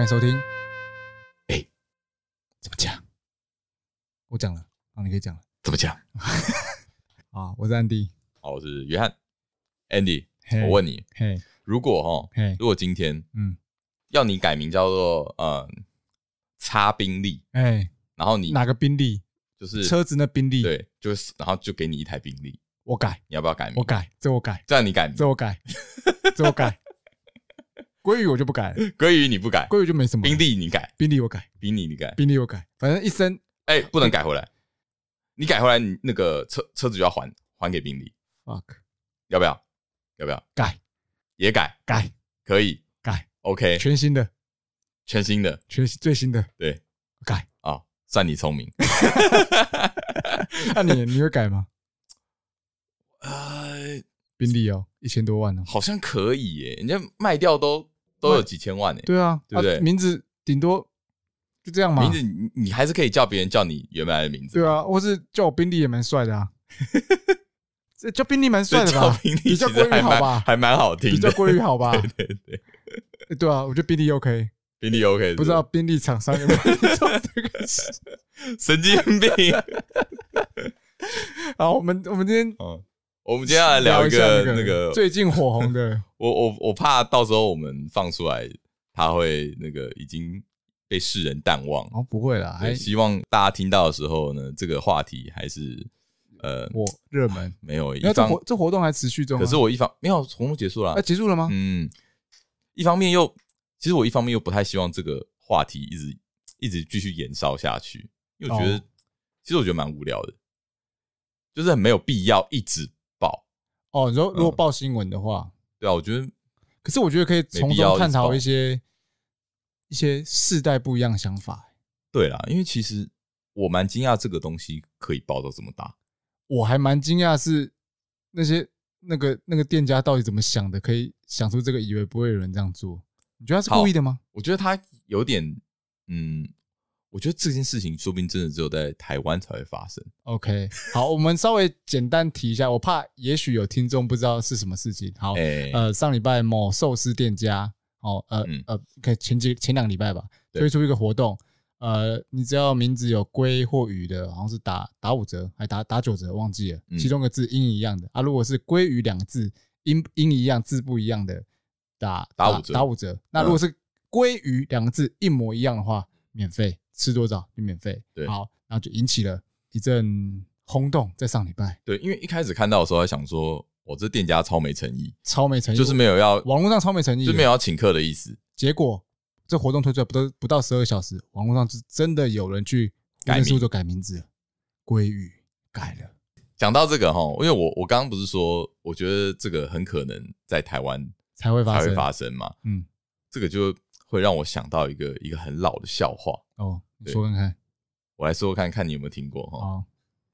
迎收听。哎、怎么讲？我讲了，好，你可以讲了。怎么讲？啊，我是安迪。好，我是约翰，Andy，嘿我问你，嘿，如果哈，嘿，如果今天嗯，要你改名叫做呃擦宾利，哎，然后你哪个宾利？就是车子那宾利，对，就是然后就给你一台宾利，我改，你要不要改名？我，改，这我改，这样你改名这，我改，这我改。鲑鱼我就不改了，鲑鱼你不改，鲑鱼就没什么了。宾利你改，宾利我改，宾利你改，宾利我改，反正一生哎，不能改回来，你改回来，你那个车车子就要还还给宾利， fuck 要不要？要不要改也改？改可以改， ，OK，全新的，全新的，全新最新的对改。啊，算你 聪明。那你你会改吗？呃，宾利哦，一千多万哦。好像可以耶，人家卖掉都都有几千万耶。对啊，对不对啊名字顶多就这样嘛。名字你你还是可以叫别人叫你原来的名字，对啊，或是叫我宾利也蛮 帅的啊，这叫宾利蛮所帅以的叫吧？宾利比其较实还归于好蛮吧还蛮好比听较的。鲑鱼好吧？ 对对对，诶对啊，我觉得宾利 OK，宾利 OK，是不知道宾利厂商有没有做这个事。 是神经 病。好，我们我们今天嗯，我们接下来聊聊一一下个那那个，最近火 红的我我我怕到时候我们放出来，他会那个已经被世人淡忘。哦，不会啦，对，还希望大家听到的时候呢，这个话题还是呃我热门。没有一那这方活，这活动还持续中啊？可是我一方没有活动结束了啊，，结束了吗？嗯，一方面又，其实我一方面又不太希望这个话题一直一直继续延烧下去，因为我觉得，哦其实我觉得蛮无聊的，就是很没有必要一直爆。哦，你说如果嗯报新闻的话，对啊，我觉得可是我觉得可以没从必要中探一直讨报一些一些世代不一样的想法。对啦，因为其实我蛮惊讶这个东西可以爆到这么大。我还蛮惊讶是那些那个那个店家到底怎么想的，可以想出这个，以为不会有人这样做。你觉得他是故意的吗？我觉得它有点，嗯，我觉得这件事情说不定真的只有在台湾才会发生。 OK，好，我们稍微简单提一下，我怕也许有听众不知道是什么事情。好，哎、呃，上礼拜某寿司店家，哦，呃、嗯呃，可以前几前两个礼拜吧，对推出一个活动，呃，你只要名字有龟或鱼的，好像是打打五折，还打打九折，忘记了，嗯其中一个字音一样的啊，如果是龟鱼两个字音音一样字不一样的，打打五折嗯打五折。那如果是龟鱼两个字一模一样的话，免费吃多少就免费。对好，然后就引起了一阵轰动，在上礼拜对，因为一开始看到的时候，还想说，我这店家超没诚意，超没诚意，就是没有要，哎网络上超没诚意就的，是没有要请客的意思。结果这活动推出来不到不到十二小时，网络上是真的有人去户改政名事务所改名字了，鲑鱼改了，讲到这个哈，因为我我刚刚不是说，我觉得这个很可能在台湾才会发才生。会发生嘛，嗯，这个就会让我想到一个一个很老的笑话，哦，你对说看看，我来说说看看你有没有听过哈。哦，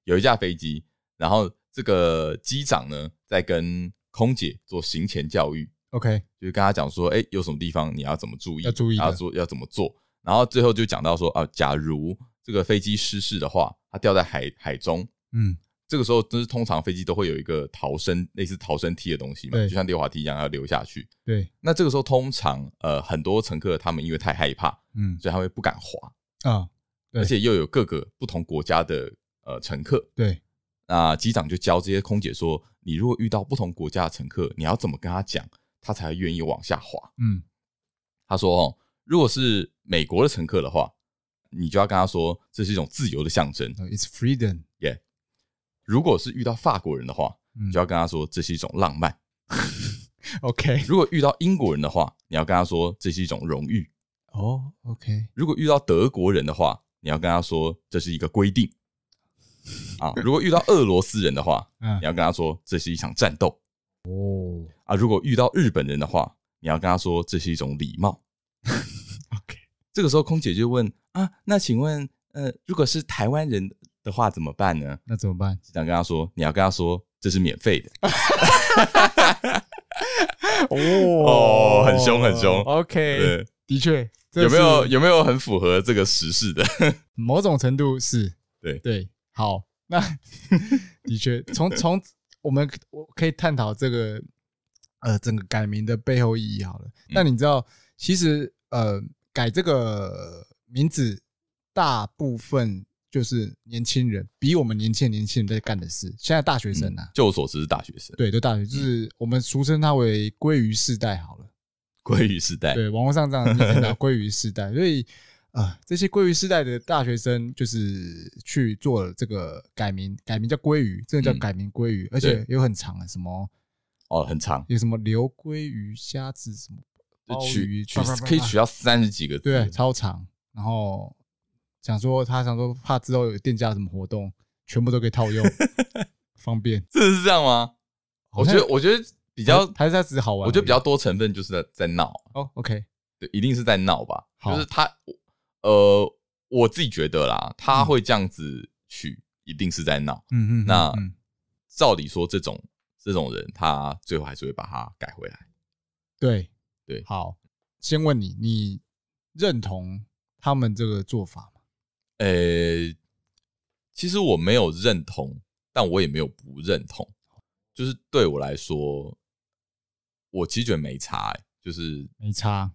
有一架飞机，然后这个机长呢在跟空姐做行前教育， ，OK，就是跟他讲说，哎、有什么地方你要怎么注意，要注意的要做要怎么做，然后最后就讲到说，啊，假如这个飞机失事的话，它掉在海海中，嗯，这个时候，就是通常飞机都会有一个逃生类似逃生梯的东西嘛，对就像溜滑梯一样要溜下去。对，那这个时候，通常呃很多乘客他们因为太害怕，嗯所以他会不敢滑，啊，对而且又有各个不同国家的呃乘客，对，那机长就教这些空姐说，你如果遇到不同国家的乘客，你要怎么跟他讲，他才愿意往下滑。嗯，他说哦，如果是美国的乘客的话，你就要跟他说这是一种自由的象征；呃，It's freedom，如果是遇到法国人的话，嗯你就要跟他说这是一种浪漫。 ，OK，如果遇到英国人的话，你要跟他说这是一种荣誉；哦，OK，如果遇到德国人的话，你要跟他说这是一个规定。 啊，如果遇到俄罗斯人的话，嗯你，要跟他说这是一场战斗哦啊；如果遇到日本人的话，你要跟他说这是一种礼貌。 ，OK，这个时候，空姐就问啊，那请问，呃，如果是台湾人的话怎么办呢？那怎么办？机长跟他说，你要跟他说这是免费的。哦很凶很凶，OK，对，的确，哎这有没有是有没有很符合这个时事的？某种程度是，对对，好，那 的确，从从我们我可以探讨这个呃整个改名的背后意义好了。那你知道，其实呃。改这个名字，大部分就是年轻人，比我们年轻的年轻人在干的事。现在大学生啊，就我所知是大学生，对，都大学，就是我们俗称它为“鲑鱼世代”好了。鲑鱼时代，对，网络上这样讲到鲑鱼 世代，所以啊、呃这些鲑鱼世代的大学生就是去做了这个改名，改名叫鲑鱼，真的叫嗯改名鲑鱼，而且有很长的什么哦，很长，有什么流鲑鱼、虾子什么就鲍取鱼，取叭叭叭叭可以取到三十几个字，对，超长。然后想说他想说怕之后有店家有什么活动，全部都可 以套用，方便。真的是这样吗？我觉得，我觉得比比较，还是他只是好玩而已，我觉得比较多成分就是在在闹，哦，OK，对，一定是在闹吧。好就是他，呃，我自己觉得啦，嗯他会这样子取，一定是在闹。嗯嗯，那嗯照理说，这种这种人，他最后还是会把它改回来。对对好，先问你，你认同他们这个做法吗？呃，其实我没有认同，但我也没有不认同。就是对我来说，我其实觉得没差、欸，就是没差。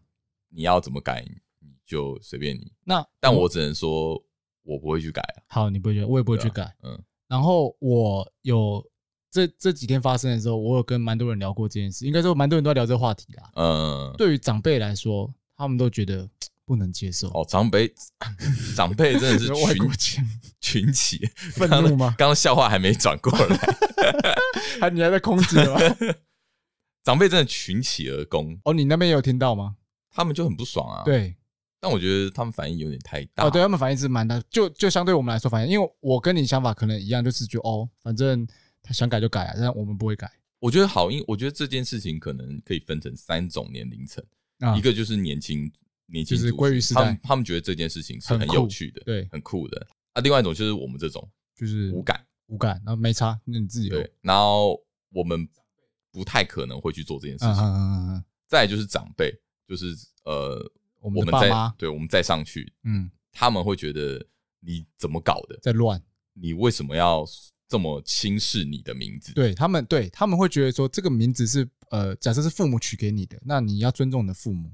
你要怎么改，你就随便你。那但我只能说，我不会去改啊。好，你不会觉得，我也不会去改。嗯，然后我有这这几天发生的时候，我有跟蛮多人聊过这件事，应该说蛮多人都在聊这个话题啦。嗯，对于长辈来说，他们都觉得不能接受。哦，长辈，长辈真的是 外国群钱群起， 愤刚怒 吗？刚刚笑话还没转过 来，还你还在空姐吗？长辈真的群起而攻， 哦，你那边也有听到吗？他们就很不爽啊。，对，但我觉得他们反应有点太大。哦，对，他们反应是蛮大，就就相对我们来说，反应，因为我跟你想法可能一样，就是觉得哦，反正他想改就改啊，但我们不会改我觉得好，因我觉得这件事情可能可以分成三种年龄层，啊一。个就是年轻年轻就是族群鲑鱼时代他们他们觉得这件事情是很很酷有趣的，对，很酷的。啊，另外一种就是我们这种就是无感，无感，然后没差，那你自己有。对，然后我们不太可能会去做这件事嗯嗯情。嗯嗯嗯，再来就是长辈，就是呃，我我们们的爸再妈，对我们再上去，嗯，他们会觉得你怎么搞的？在乱，你为什么要这么轻视你的名字？，对他们，对他们会觉得说这个名字是呃，假设是父母取给你的，那你要尊重你的父母。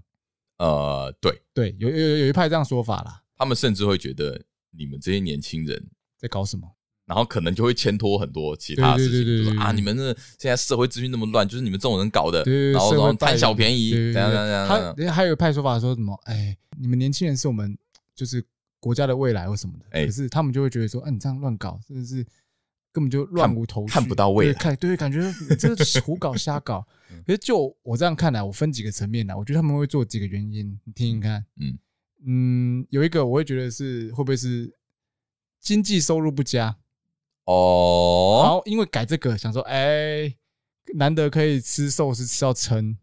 呃，对对，有有有有一派这样说法啦，他们甚至会觉得你们这些年轻人，在搞什么？然后可能就会牵拖很多其他的对事对情，对对就对说啊，对你们这现在社会资讯那么乱，就是你们这种人搞的对对，对，然后社然会后败贪余小便宜，对对怎样对怎样怎样怎样。他还有一派说法说什么，哎，你们年轻人是我们就是国家的未来或什么的，哎可是他们就会觉得说，哎，你这样乱搞，真的是根本就乱无头绪，看看不到未来对看对，感觉你这是胡搞瞎搞 嗯。可是就我这样看来，我分几个层面来，我觉得他们会做几个原因，你听听看。嗯嗯，有一个我会觉得是会不会是经济收入不佳，然哦，后因为改这个想说，哎，难得可以吃寿司吃到撑，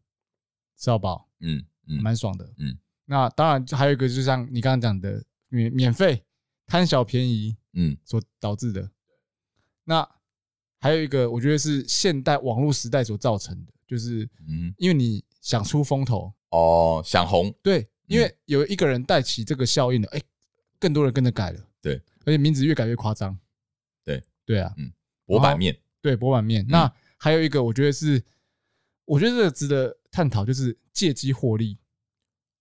吃到饱。嗯嗯，蛮爽的。嗯嗯，那当然还有一个，就像你刚刚讲的，免免费贪小便宜嗯所导致的。那还有一个，我觉得是现代网络时代所造成的，就是嗯，因为你想出风头，哦，想红，对，因为有一个人带起这个效应了，哎，更多人跟着改了，对，而且名字越改越夸张，对，嗯对啊，博版面，对，博版面。那还有一个，我觉得是，我觉得这个值得探讨，就是借机获利。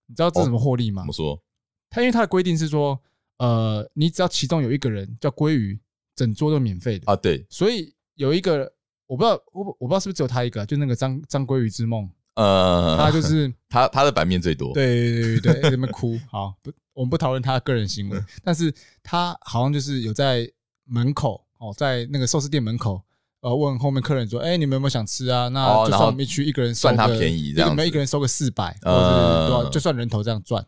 你知道这哦怎么获利吗怎么？说？他因为他的规定是说，呃，你只要其中有一个人叫鲑鱼，整桌都免费的啊，对，所以有一个我不知道，我不我不知道是不是只有他一个，就那个张张鲑鱼之梦，呃，他就是、他他的版面最多，，对对对对对，在那边哭。好，不，我们不讨论他的个人行 为，但是他好像就是有在门口哦，在那个寿司店门口。呃，问后面客人说：“哎、你们有没有想吃啊？那哦然就算后我们一区一个人收算他个便宜一这样个每一子个人收个四百，或者呃是多少就算人头这样赚。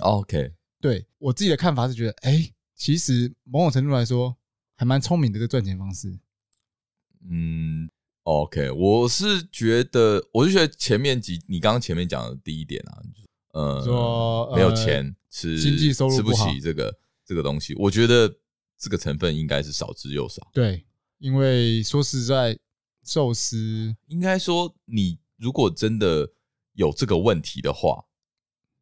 OK，对我自己的看法是觉得，哎、其实某种程度来说，还蛮聪明的这赚钱方式。嗯，OK，我是觉得，我是觉得前面几，你刚刚前面讲的第一点啊，就是呃，说没有呃钱吃，经济收入吃不不好起这个这个东西，我觉得这个成分应该是少之又少。对，因为说实在，寿司，应该说，你如果真的有这个问题的话，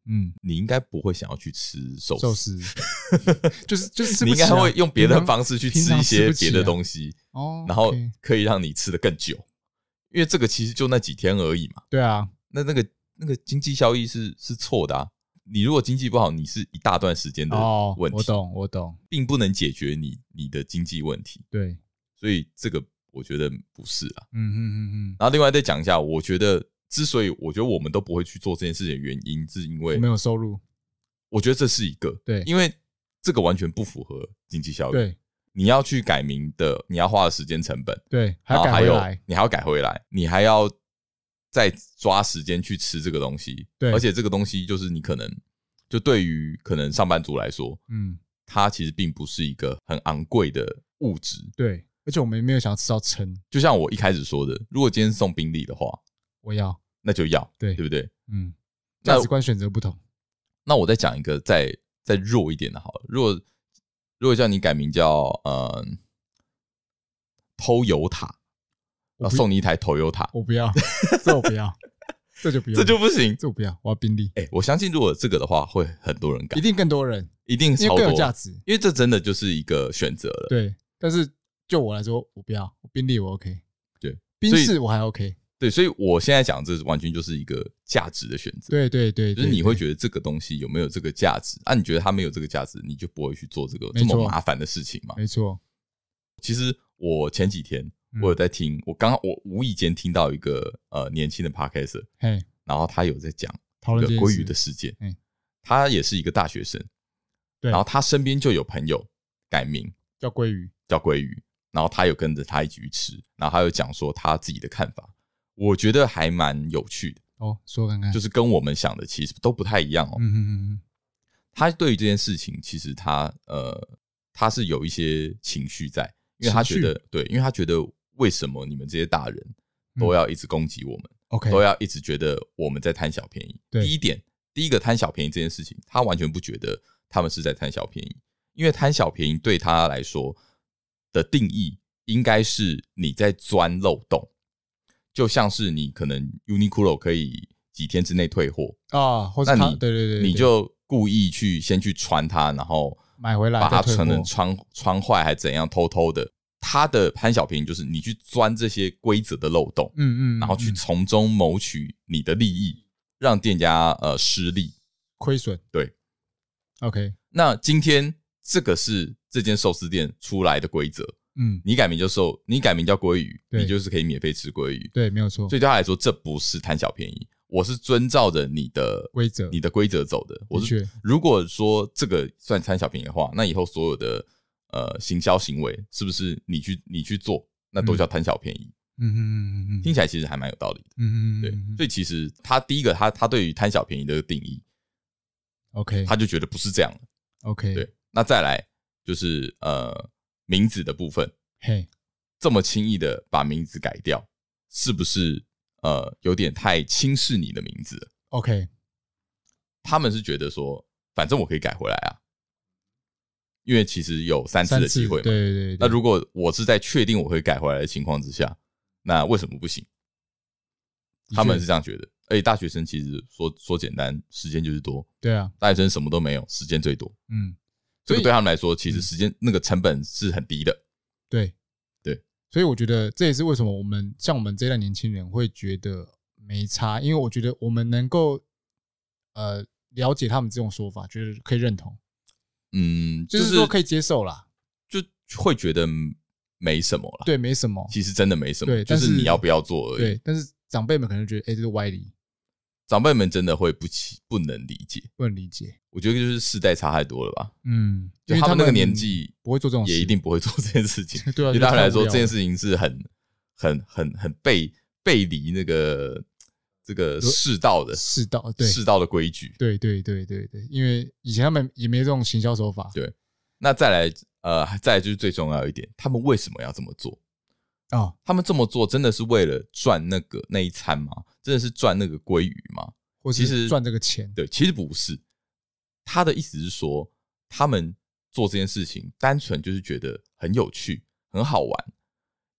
嗯，你应该不会想要去吃寿寿司，司 就是就是吃你应不起啊、该会用别的方式式去平吃常一吃些不起别的啊东西，哦。然后 OK，可以让你吃的更久，因为这个其实就那几天而已嘛。对啊，那那个那个经济效益是是错的啊。你如果经济不好，你是一大段时间的哦，问我题，懂，我懂，并不能解决你你的经济问题，对，所以这个我觉得不是啊。嗯嗯嗯嗯然后另外再讲一下，我觉得之所以我觉得我们都不会去做这件事情的原因，是因为嗯，没有收入，我觉得这是一个对因为这个完全不符合经济效益。对你要去改名的，你要花的时间成本，对，还然要后改还回有来，你还要改回来，你还要再抓时间去吃这个东西。对而且这个东西就是你可能就对于可能上班族来说，嗯，它其实并不是一个很昂贵的物质。对，而且我们也没有想要吃到撑，就像我一开始说的，如果今天是送宾利的话，我要，那就要对对不对？嗯，那价值观选择不同，那我再讲一个再再弱一点的，好了，如果如果叫你改名叫呃偷油塔，我要不送你一台 Toyota，我不要，这我不要，这就不用，这就不行。这我不要，我要宾利，哎、我相信如果这个的话，会很多人改一，定更多人，一定因超多为更有价值，因为这真的就是一个选择了。对，但是就我来说，我不要，宾利我 OK，对，宾所以士我还 OK，对，所以我现在讲这完全就是一个价值的选择，对对对，就是你会得觉得这个东西有没有这个价值？啊，你觉得它没有这个价值，你就不会去做这个没这错么麻烦的事情嘛？没错，其实我前几天嗯我有在听，我刚我无意间听到一个呃年轻的 podcaster，嘿，然后他有在讲讨一论个这件鲑事鱼的事件嗯，他也是一个大学生，对然后他身边就有朋友改名叫鲑鱼，叫鲑鱼，然后他有跟着他一起去吃，然后他有讲说他自己的看法，我觉得还蛮有趣的，哦，说看看，就是跟我们想的其实都不太一样哦嗯。嗯嗯他对于这件事情，其实他呃，他是有一些情绪在，因为他觉情绪得对，因为他觉得为什么你们这些大人都嗯要一直攻击我们， ，OK，都要一直觉得我们在贪小便宜。哎对第一点，第一个贪小便宜这件事情，他完全不觉得他们是在贪小便宜，因为贪小便宜对他来说的定义应该是你在钻漏洞，就像是你可能 Uniqlo 可以几天之内退货，啊，或者那他你对对对，对你就故意去先去穿它，然后买回来把它再退货可能穿穿坏还怎样，偷偷的。他的潘小平就是你去钻这些规则的漏洞，嗯嗯，然后去嗯从中谋取你的利益，让店家呃失利。亏损，对，OK，那今天这个是这间寿司店出来的规则，嗯，你改名叫寿，你改名叫鲑鱼，对你就是可以免费吃鲑鱼。对，没有错所，以对他来说，这不是贪小便宜，我是遵照着你的规则你的规则走的。我的是确如果说这个算贪小便宜的话，那以后所有的呃行销行为是不是你去你去做，那都叫贪小便宜？嗯嗯嗯嗯嗯，听起来其实还蛮有道理的。嗯嗯嗯，对，嗯所以其实他第一个他他对于贪小便宜的定义， OK 他就觉得不是这样的。 OK，对，那再来就是呃名字的部分，嘿，这么轻易的把名字改掉，是不是呃有点太轻视你的名字了？ OK，他们是觉得说，反正我可以改回来啊，因为其实有三次的机会对嘛。对对，那如果我是在确定我会改回来的情况之下，那为什么不行？的确他们是这样觉得。而且大学生其实说说简单，时间就是多，对啊，大学生什么都没有，时间最多。嗯，这所个以嗯对他们来说，其实时间那个成本是很低的。对对，所以我觉得这也是为什么我们像我们这一代年轻人会觉得没差，因为我觉得我们能够呃了解他们这种说法，觉得可以认同，嗯，就是是说可以接受啦，就会觉得没什么了。，对，没什么，其实真的没什么，对就但是你要不要做而对已。，但是长辈们可能觉得，哎、这是歪理，长辈们真的会不起不能理解，不能理解。我觉得就是世代差太多了吧。嗯，因就为他他们那个年纪不会做这种事，。也一定不会做 这件事情 对啊，对他们来说，就这太无聊件了事情是很、很、很、很背背离那个这个世道的世道，对，世道的规矩。对对对对对，因为以前他们也没这种行销手法，对那再来，呃，再来就是最重要一点，他们为什么要这么做？哦，他们这么做真的是为了赚那个那一餐吗？真的是赚那个鲑鱼吗？或其实是赚这个钱，对，其实不是。他的意思是说，他们做这件事情单纯就是觉得很有趣、很好玩。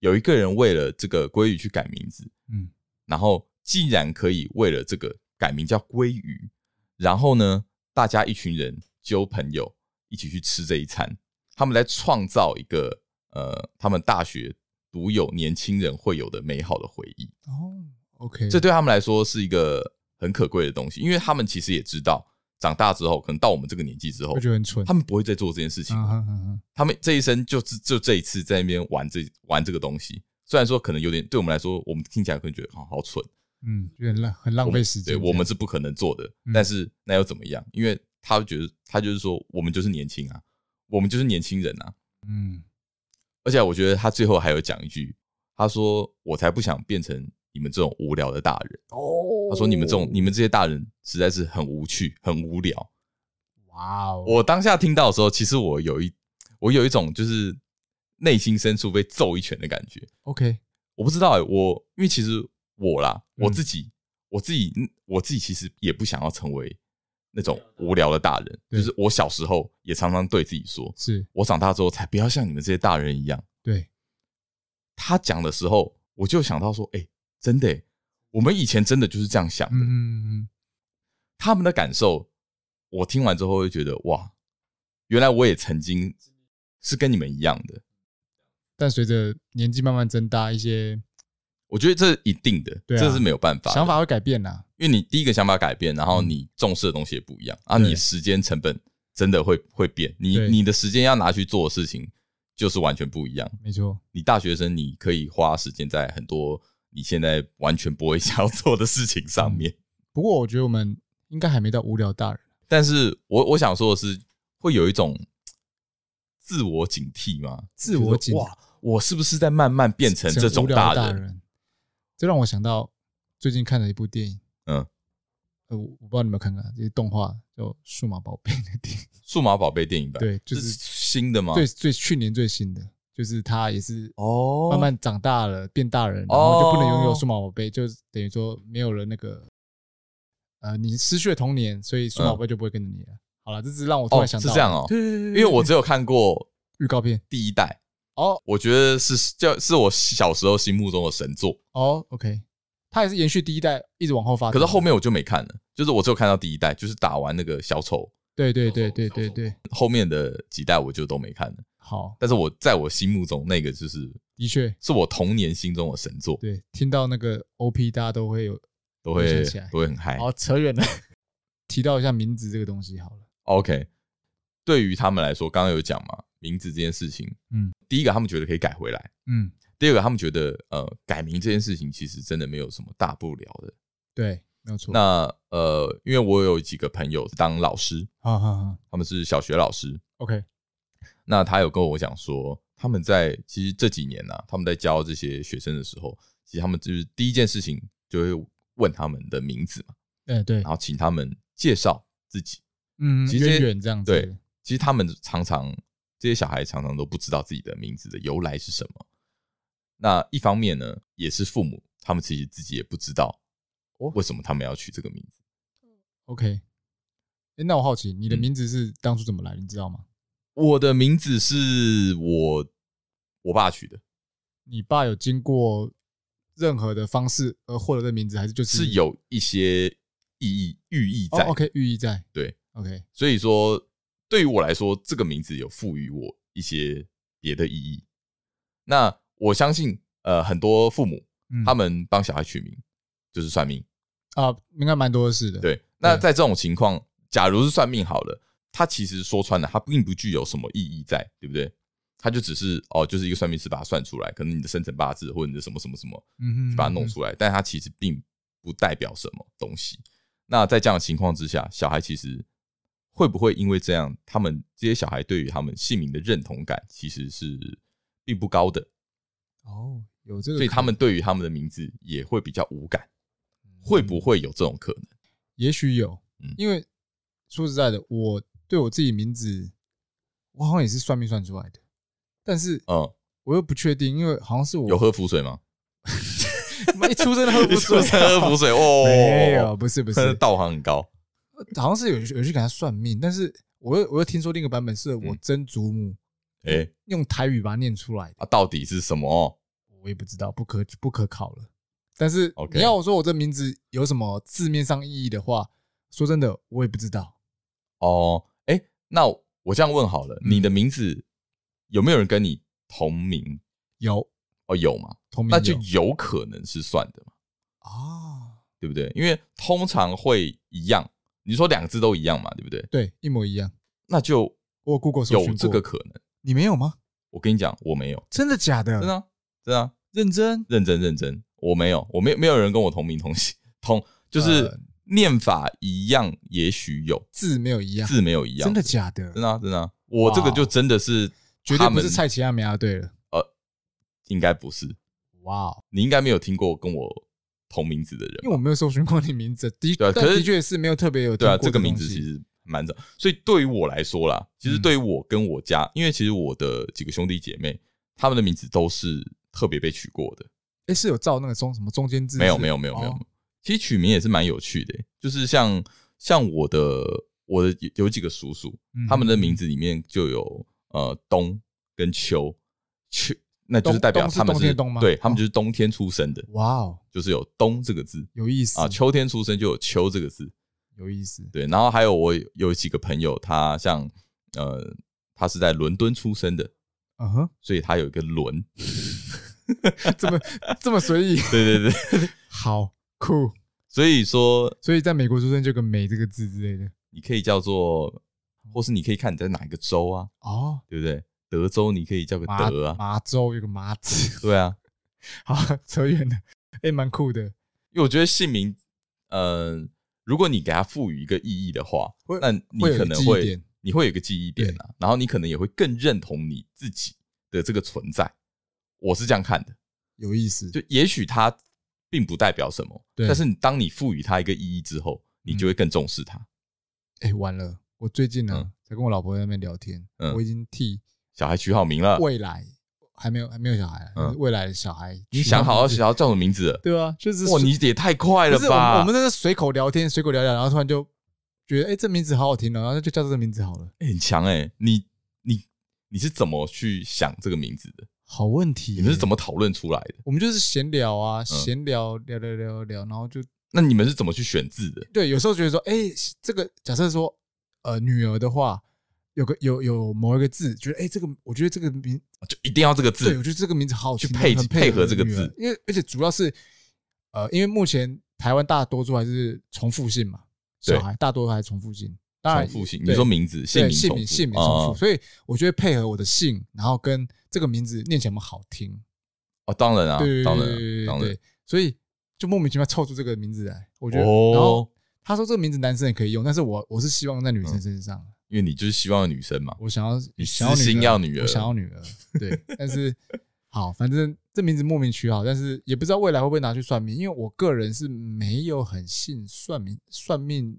有一个人为了这个鲑鱼去改名字，嗯，然后既然可以为了这个改名叫鲑鱼，然后呢，大家一群人揪朋友一起去吃这一餐，他们来创造一个呃，他们大学独有年轻人会有的美好的回忆。哦，OK，这对他们来说是一个很可贵的东西，因为他们其实也知道长大之后，可能到我们这个年纪之后我，觉得很蠢。他们不会再做这件事情。嗯哼哼哼，他们这一生就是就这一次在那边玩这玩这个东西，虽然说可能有点对我们来说，我们听起来可能觉得好哦好蠢，嗯，有点浪，很浪费时对间。我们是不可能做的嗯。但是那又怎么样？因为他觉得他就是说，我们就是年轻啊，我们就是年轻人啊。嗯，而且我觉得他最后还有讲一句，他说：“我才不想变成你们这种无聊的大人。”哦他说：“你们这种你们这些大人实在是很无趣，很无聊。”哇哦，我当下听到的时候，其实我有一我有一种就是内心深处被揍一拳的感觉。 OK，我不知道、欸、我因为其实我啦，嗯我自己，我自己，嗯我自己其实也不想要成为那种无聊的大人。对就是我小时候也常常对自己说，是我长大之后才不要像你们这些大人一样。对，他讲的时候，我就想到说，哎、真的、欸，我们以前真的就是这样想的。嗯嗯嗯他们的感受，我听完之后会觉得，哇，原来我也曾经是跟你们一样的。但随着年纪慢慢增大，一些我觉得这是一定的，对啊这是没有办法的。想法会改变啦。因为你第一个想法改变，然后你重视的东西也不一样啊，对你时间成本真的会会变，你对你的时间要拿去做的事情就是完全不一样。没错，你大学生，你可以花时间在很多你现在完全不会想要做的事情上面。不过我觉得我们应该还没到无聊大人。但是我我想说的是，会有一种嘖自我警惕嘛，自我警就是哇，我是不是在慢慢变成这种无聊大的大人？人，这让我想到最近看的一部电影，嗯，呃，我我不知道你有没有看过，这是动画叫《数码宝贝》的电影，数码宝贝电影版，对就是是新的吗？最最去年最新的，就是他也是哦，慢慢长大了，变大人，然后就不能拥有哦数码宝贝，就等于说没有了那个，呃，你失去了童年，所以数码宝贝就不会跟着你了。好了，这是让我突嗯然哦想是到的，这样哦对对对对因对为我只有看过预告片第一代。哦我觉得是就是我小时候心目中的神作，哦，OK，它也是延续第一代一直往后发展，可是后面我就没看了，就是我只有看到第一代，就是打完那个小丑对对对对对对，后面的几代我就都没看了。好，但是我在我心目中那个就是的确。是我童年心中的神作，对，听到那个 OP，大家都会有。都会回想起来都会很嗨。好，扯远了。 提到一下名字这个东西好了。 OK，对于他们来说，刚刚有讲嘛，名字这件事情，嗯，第一个他们觉得可以改回来，嗯，第二个他们觉得呃改名这件事情其实真的没有什么大不了的。对，没有错。那呃，因为我有几个朋友当老师，好好好他们是小学老师， ，OK，那他有跟我讲说，他们在其实这几年呢、他们在教这些学生的时候，其实他们就是第一件事情就会问他们的名字嘛，对嗯对然，后请他们介绍自己。嗯，其实这渊些源这样子。对，其实他们常常这些小孩常常都不知道自己的名字的由来是什么。那一方面呢，也是父母他们其实自己也不知道哦为什么他们要取这个名字。 ，OK。诶那我好奇，你的嗯名字是当初怎么来的，你知道吗？我的名字是我我爸取的，你爸有经过任何的方式而获得的名字，还是就是有一些意义寓意嗯哦在的。 ？OK，寓意在。对，OK，所以说，对于我来说，这个名字有赋予我一些别的意义。那我相信，呃，很多父母嗯他们帮小孩取名就是算命，啊，应该蛮多的是的。，对。那在这种情况，假如是算命好了，它其实说穿了，它并不具有什么意义在，对不对？它就只是哦，就是一个算命师把它算出来，可能你的生辰八字或者你的什么什么什么，嗯哼，去把它弄嗯出来，但它其实并不代表什么东西。那在这样的情况之下，小孩其实会不会因为这样，他们这些小孩对于他们姓名的认同感其实是并不高的，哼哦，有这个可能，嗯所以他们对于他们的名字也会比较无感。会不会有这种可能？也许有嗯，因为说实在的，我对我自己名字，我好像也是算命算出来的，但是嗯，我又不确定，因为好像是我有喝浮水吗？妈 一出生就喝 一不出出啊生喝浮 水哦，没有，，不是不是，道行很高。好像是有有去给他算命，但是我又我又听说另一个版本是我嗯曾祖母哎，用台语把它念出来的，啊，到底是什么？我也不知道，不可不可考了。但是 OK 你要我说我这名字有什么字面上意义的话，说真的，我也不知道。哦，哎，那我这样问好了，嗯你的名字有没有人跟你同名？有哦，有嘛？同名那就有有可能是算的嘛，啊，对不对？因为通常会一样，你说两个字都一样嘛，对不对？对，一模一样。那就我有 Google 搜寻有过这个，可能。你没有吗？我跟你讲，我没有，真的假的？真的啊、真的啊、认真？认真认真，我没有，我没有没有人跟我同名同姓同，就是呃念法一样，也许有字没有一样，字没有一样，真的假的？真的啊真的啊，我这个就真的是绝对他不们呃是蔡奇亚梅亚队了。应该不是，哇哦，你应该没有听过跟我同名字的人因为我没有搜寻过你名字，的对啊但可是的确是没有特别有听对啊，过这个名字东西其实蛮早。所以对于我来说啦，其实嗯对于我跟我家，因为其实我的几个兄弟姐妹，他们的名字都是特别被取过的。诶，是有照那个中什么中间字是？没有，没有，没有，没有哦。其实取名也是蛮有趣的、欸就是像像我的我的有有几个叔叔，嗯他们的名字里面就有呃冬跟秋，秋那就是冬代表冬是他们冬天的冬吗对他们哦就是冬天出生的，哇哦，就是有冬这个字有意思啊，秋天出生就有秋这个字。有意思。对，然后还有我有有几个朋友，他像呃，他是在伦敦出生的，嗯哼，所以他有一个 伦。这么这么随 意，对对对，好酷。所以说所以在美国出生就有个“美”这个字之类的。你可以叫做，或是你可以看你在哪一个州啊，哦，对不对？德州你可以叫个麻德啊，麻州有个麻字，对啊，好扯远了。诶，蛮酷的。因为我觉得姓名，呃，如果你给它赋予一个意义的话会，那你会有可个能记忆会点你会有一个记忆点啊，然后你可能也会更认同你自己的这个存在。我是这样看的。有意思，就也许它并不代表什么，对嗯但是你当你赋予它一个意义之后，你就会更重视它。哎、完了！我最近呢、嗯才跟我老婆在那边聊天，嗯我已经替小孩取好名了，未来还没有还没有小孩，嗯但是未来的小孩你想好要取想要叫什么名字了？对啊，就是哇，你也太快了不是我们吧！我们在那随口聊天，随口聊聊，然后突然就觉得哎、诶这名字好好听哦，然后就叫这个名字好了。欸很强哎、你你你是怎么去想这个名字的？好问题、你们是怎么？么嗯讨论出来的？我们就是闲聊啊，闲聊聊聊聊聊，然后就那你们是怎么去选字的？对，有时候觉得说，哎、这个假设说，呃，女儿的话，有个有有某一个字，觉得哎、诶这个我觉得这个名就一定要这个对，字我觉得这个名字好听去配很配合合这个女儿字，因为而且主要是呃，因为目前台湾大多数还是重复姓嘛，对小孩大多还是重复姓，当然重复性。啊你对说名字、姓对名姓重名复、姓名啊重复，所以我就会配合我的姓，然后跟这个名字念起来有没有好听，哦，当然啊，对对当对然、啊对，当对然对，所以就莫名其妙凑出这个名字来，我觉得，然哦后，他说这个名字男生也可以用，但是我我是希望在女生身上，因为你就是希望有女生嘛，我想要嗯你想要私心女儿要女儿我想要女儿，对，但是好，反正这名字莫名取好，但是也不知道未来会不会拿去算命，因为我个人是没有很信算命算命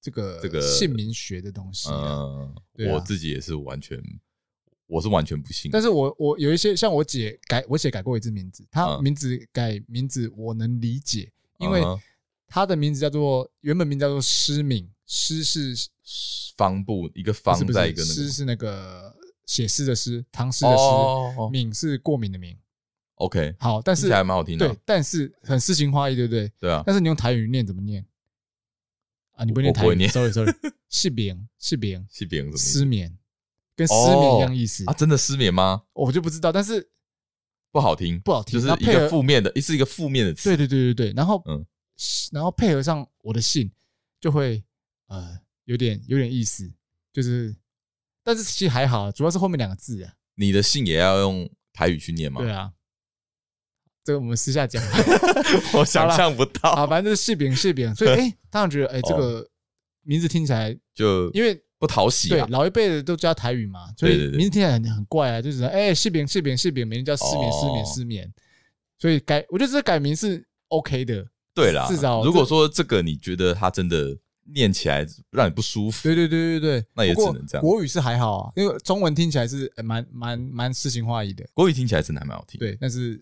这个这个姓名学的东西、啊，嗯，对啊我自己也是完全，我是完全不信。但是我我有一些像我姐改我姐改过一次名字，她嗯名字改名字我能理解，因为嗯哼她的名字叫做原本名叫做诗敏，诗是方布一个不方是不在一个那是个诗是那个写诗的诗，唐诗的诗，哦哦敏是过敏的敏。 ，OK，好，但听是起来还蛮好啊听的对，，但是很诗情画意，对不对？对啊，但是你用台语念怎么念啊？你不我会念不台会语念，sorry sorry，是饼是饼是别人什失么眠，跟失眠一样意思意思啊？，真的失眠吗？我就不知道，但是不好听，不好听就是那一配个合负面的，是一个负面的词对。对对对对，然后嗯然后配合上我的姓，就会呃有点有点意思，就是，但是其实还好，主要是后面两个字啊，你的信也要用台语去念吗？对啊，这个我们私下讲， 我想象不到，啊，反正就是柿饼柿饼，所以哎、当然觉得哎、哦这个名字听起来，就因为不讨喜对啊。老一辈的都教台语嘛，所对以对对名字听起来很很怪啊，就是哎柿饼柿饼柿饼，名字叫失眠失眠哦失眠，所以改我觉得这改名是 OK 的，对啦至少，如果说这个你觉得它真的念起来让你不舒服，对对对对对，那也不过只能这样国语是还好啊，因为中文听起来是呃蛮蛮蛮诗情画意的，国语听起来真的还蛮好听。对，但是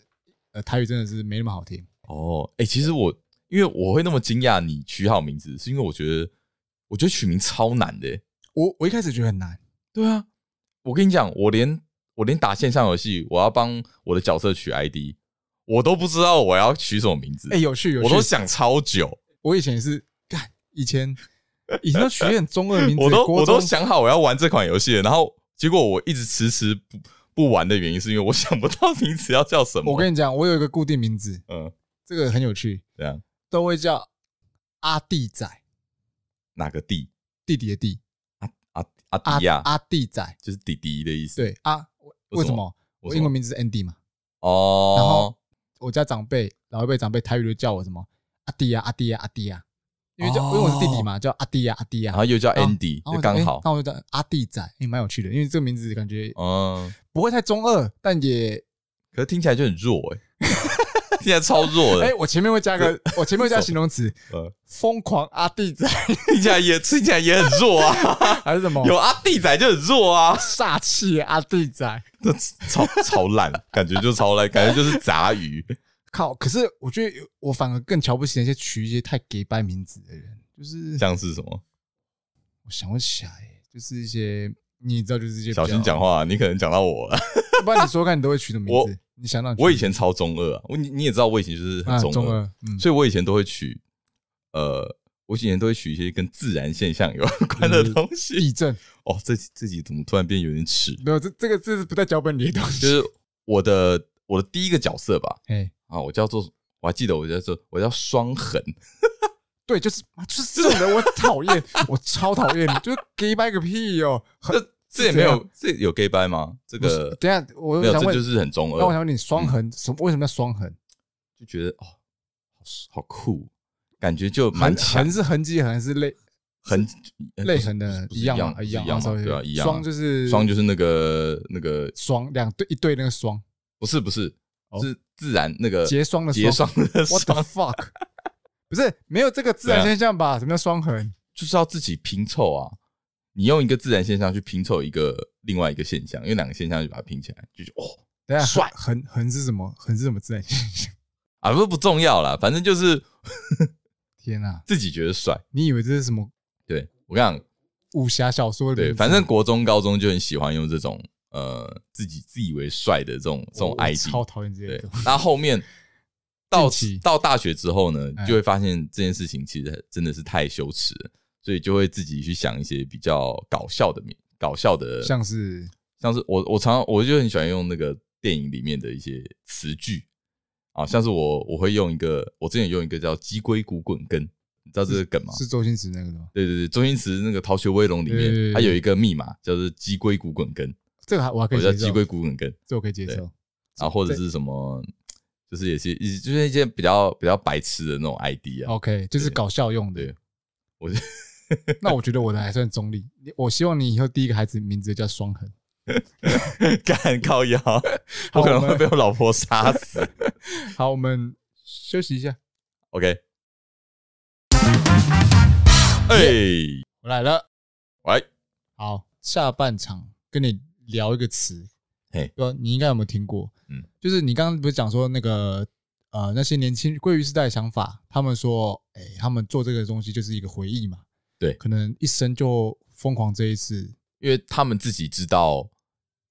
呃台语真的是没那么好听。哦，哎、其实我因为我会那么惊讶你取好名字，是因为我觉得我觉得取名超难的、欸我我一开始觉得很难，对啊，我跟你讲，我连我连打线上游戏，我要帮我的角色取 ID，我都不知道我要取什么名字，哎、有趣有嗯我趣，都想超久，我以前也是干以前。以前都取很中二名 字，我都国我都中想好我要玩这款游戏了，然后结果我一直迟迟不不玩的原因，是因为我想不到名字要叫什么。我跟你讲，我有一个固定名字，嗯，啊这个很有趣，这样都会叫阿弟仔。哪个啊弟弟弟的弟，阿阿阿迪亚，阿弟仔，就是弟弟的意思。，啊对啊，为什么？我我说英文名字是 Andy 嘛，然哦后，我家长辈老一辈长辈台语就叫我什么阿弟啊呀、阿弟呀、阿弟呀、因为叫、哦因为我是弟弟嘛，叫阿弟呀、啊阿弟呀、然后又叫然后 Andy，然后我就刚诶好。那我就叫哎阿弟仔，也、蛮有趣的，因为这个名字感觉嗯，不会太中二，但也可是听起来就很弱 哎，听起来超弱哎、的，我前面会 加个，我前面会加形容词呃，疯狂阿 弟仔听起来也听起来也很弱啊，还是什么？有阿弟仔就很弱啊，煞气阿弟仔，那超超烂，感觉就超烂，感觉就是杂鱼。靠！可是我觉得我反而更瞧不起那些取一些太给白名字的人，就是像是什么？我想不起来，就是一些你知道，就是一些比较小心讲，话，啊你可能讲到我 了。不然你说看你都会取什么名字？你想到你取我以前超中二啊，我你你也知道，我以前就是啊很中中二，二，嗯，所以我以前都会取，呃，我以前都会取一些跟自然现象有关的东西。嗯地震哦，这这集怎么突然变有点耻？没有这这个这是不在脚本里的东就西。是我的我的第一个角色吧，哎，啊，我叫做我还记得我叫做我叫双痕，对，就是就是这种人，我讨厌，我超讨厌，就是给白个屁哟！很这这也没有这有 gay 掰吗？这不是个等一下我没有，想这问就是嗯很中那我想二，问你，双痕什么？为什么叫双痕？就觉得哦，好好酷，感觉就蛮痕强痕，是痕迹痕，还是泪很泪痕的不是一一样样嘛？不是样一样嘛嘛，sorry，对啊一样啊双就是双就是那个那个双两对一对那个双不是不是哦是自然那个结霜 的结啊霜霜的 What the 霜， fuck？不是没有这个自然现象吧？什么叫双痕？就是要自己拼凑啊。你用一个自然现象去拼凑一个另外一个现象，用两个现象去把它拼起来，就是哦等一下帅痕痕痕是什么？痕是什么自然现象？ 啊，不不重要啦，反正就是天啊！自己觉得帅。你以为这是什么对我跟你讲，武侠小说的对，名字？反正国中、高中就很喜欢用这种呃自己自以为帅的这种这种哦我 ID。超讨厌这些对东西。，那后面到近期到大学之后呢哎，就会发现这件事情其实真的是太羞耻了，所以就会自己去想一些比较搞笑的名、搞笑的，像是像是我我常常我就很喜欢用那个电影里面的一些词句啊，像是我我会用一个，我之前用一个叫“鸡龟骨滚根”，你知道这个梗吗？是周星驰那个的吗？对对对，周星驰那个《逃学威龙》里对对对面，它有一个密码叫做“鸡龟骨滚根这个还我还”，可我以叫“接受鸡，龟骨滚根”，这我可以接受。然后或者是什么，就是也是就是一些比较比较白痴的那种 ID 啊。 OK，就是对搞笑用的对。我就那我觉得我的还算中立。你我希望你以后第一个孩子名字叫双痕。 干靠 腰，我可能我会们被我老婆杀 死。好，我们休息一下， OK，哎，我来了。喂，好，下半场跟你聊一个词，嘿对吧？你应该有没有听过？嗯，就是你刚刚不是讲说那个呃，那些年轻归于世代的想法，他们说，哎、他们做这个东西就是一个回忆嘛，对可能一生就疯狂这一次，因为他们自己知道，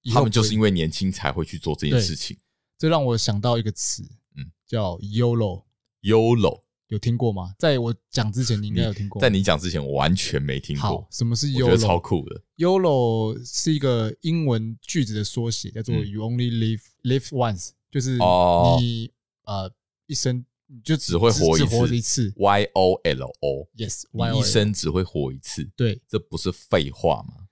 以后他们就是不会因为年轻才会去做这件事情。这让我想到一个词，嗯，叫 “yolo”， YOLO，有听过吗？在我讲之前，你应该有听过。在你讲之前，我完全没听好过，，什么是我觉得超 “yolo”？酷的。 YOLO 是一个英文句子的缩写，叫做嗯 You only live live once，就是哦你呃一生你就只只会活只一次活着一次。 Y O L O， Yes，你一生只会活一次，对这不是废话吗？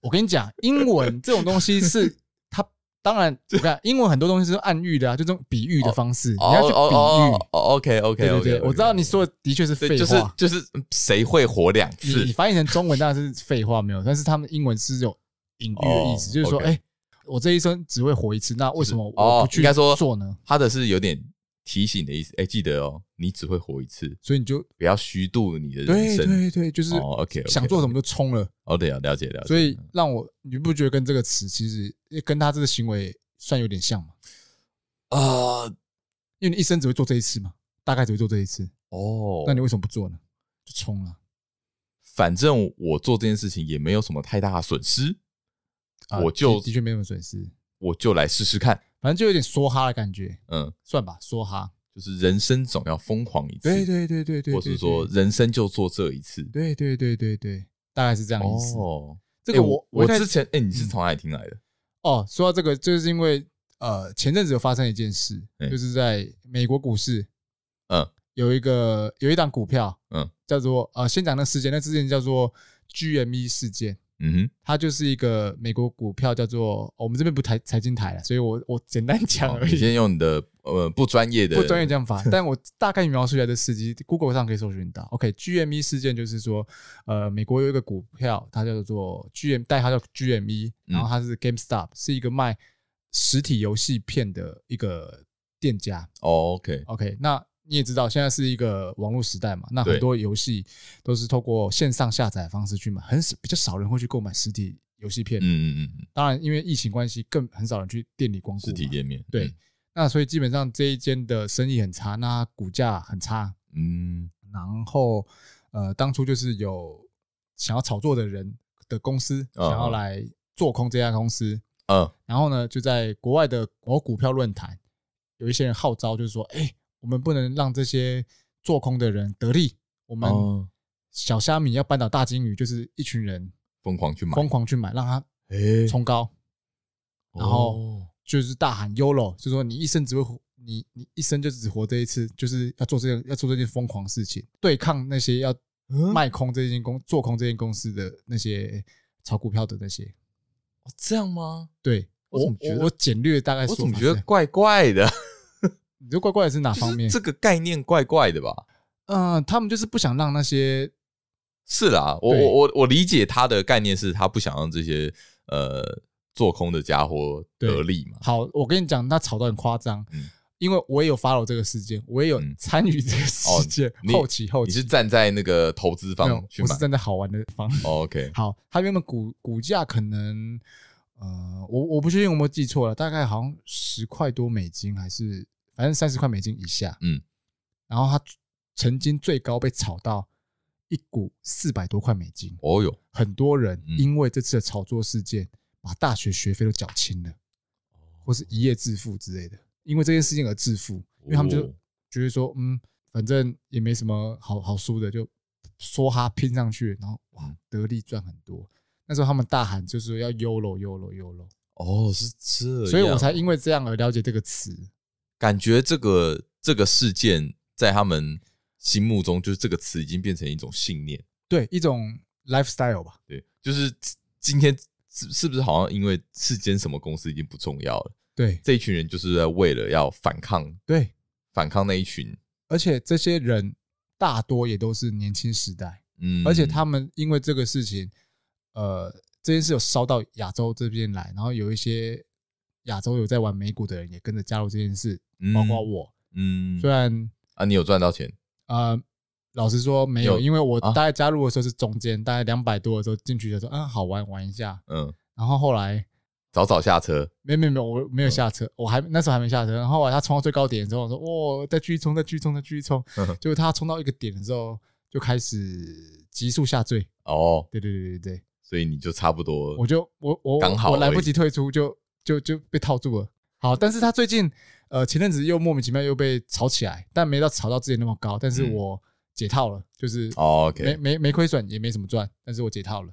我跟你讲，英文这种东 西是它当然，我看英文很多东西是暗喻的啊，就这种比喻哦的方式，你要去比喻。 ，OK OK 对对 OK，对，我知道你说的的确是哦对，废就是话，就是谁会活两你次你？翻译成中文当然是废话没有，但是他们英文是有隐喻的意思，哦就是说， OK 哎，我这一生只会活一次，那为什么我哦不，去应该说做呢？他的是有点提醒的意思。哎，记得哦，你只会活一次，所以你就不要虚度你的人对生。对对，就是哦，OK，想做什么就冲了。哦，对啊，了解了解。所以让我你不觉得跟这个词其实跟他这个行为算有点像吗？啊，因为你一生只会做这一次嘛，大概只会做这一次，哦，那你为什么不做呢？就冲了。反正我做这件事情也没有什么太大的损失，啊我就的的确没什么损失，我就来试试看。反正就有点梭哈的感觉，嗯，算吧，梭哈。就是人生总要疯狂一次，对对对对对，或是说人生就做这一次。对对对对对，大概是这样意思。哦，这个哎我嗯我一开之前哎，你是从哪里听来的？哦，说到这个，就是因为呃前阵子有发生一件事，嗯就是在美国股市，嗯，有一个有一档股票，嗯，叫做呃，先讲那事件，那事件叫做 GME 事件，嗯哼，它就是一个美国股票叫做、哦我们这边不台财经台了，所以我我简单讲好而哦你已，先用你的呃不专业的不专业讲 法，但我大概描述一下这事迹，Google 上可以搜寻到。OK，GME、事 E 件就是说，呃，美国有一个股票，它叫做 GM，代号叫 GME，然嗯后它是 GameStop，是一个卖实体游戏片的一个店家。哦，OK， OK，那你也知道，现在是一个网络时代嘛，那对很多游戏都是透过线上下载的方式去买，很少比较少人会去购买实体游戏片。嗯嗯嗯嗯，当然，因为疫情关系，更很少人去店里光顾实嘛。体店面，对，那所以基本上这一间的生意很差，那它股价很差，嗯，然后呃，当初就是有想要炒作的人的公司嗯想要来做空这家公司，嗯呃，然后呢，就在国外的某股票论坛，有一些人号召，就是说，哎、我们不能让这些做空的人得利，我们哦小虾米要扳倒大金鱼，就是一群人疯狂去买，疯狂去买，让它哎，冲高，然后哦就是大喊 “YOLO”，就说你一生只会活，你你一生就只活这一次，就是要做这件要做这件疯狂事情，对抗那些要嗯卖空这间公做空这间公司的那些炒股票的那些。哦这样吗？对我我怎么觉得我简略大概我说法是，怎么觉得怪怪的？你这怪怪的是哪就方面是？这个概念怪怪的吧？嗯，他们就是不想让那些是啦，我对我我我理解他的概念是他不想让这些呃做空的家伙得利嘛。好，我跟你讲，他吵得很夸张，嗯因为我也有 follow 这个事件，我也有嗯参与这个事件，你后期后你期是站在那个投资没有方去我买是站在好玩的方。哦？OK，好，他原本股股价可能，呃，我我不确定有没有记错了，大概好像十块多美金，还是反正三十块美金以下，嗯，然后他曾经最高被炒到一股四百多块美金，哦哟，很多人嗯因为这次的炒作事件，把大学学费都缴清了，哦或是一夜致富之类的，因为这件事情而致富，因为他们就哦觉得说，嗯，反正也没什么好好输的，就梭哈拼上去，然后哇嗯，得利赚很多。那时候他们大喊就是说要 YOLO YOLO YOLO，哦是这样，所以我才因为这样而了解这个词。感觉这个这个事件在他们心目中，就是这个词已经变成一种信念，对，一种 lifestyle 吧，对，就是今天是是不是好像因为是间什么公司已经不重要了，对这一群人就是在为了要反抗对，反抗那一群，而且这些人大多也都是年轻时代，嗯，而且他们因为这个事情，呃，这件事有烧到亚洲这边来，然后有一些亚洲有在玩美股的人也跟着加入这件事，包括我。嗯，嗯虽然啊，你有赚到钱，呃，老实说没有，有因为我啊大概加入的时候是中间，大概两百多的时候进去的时候，嗯，好玩玩一下，嗯，然后后来。早早下车，没没没，我嗯没有下车，我还那时候还没下车。然后后来他冲到最高点的时候，我说：“哇，再继续冲，再继续冲，再继续冲。呵呵”结果他冲到一个点的时候，就开始急速下坠。哦，对对对对对，所以你就差不多，我就我我刚好我来而不已及退出就，就就被套住了。好，但是他最近呃前阵子又莫名其妙又被炒起来，但没到炒到之前那么高。但是嗯我解套了，就是哦没，OK，没没亏损，也没什么赚，但是我解套了。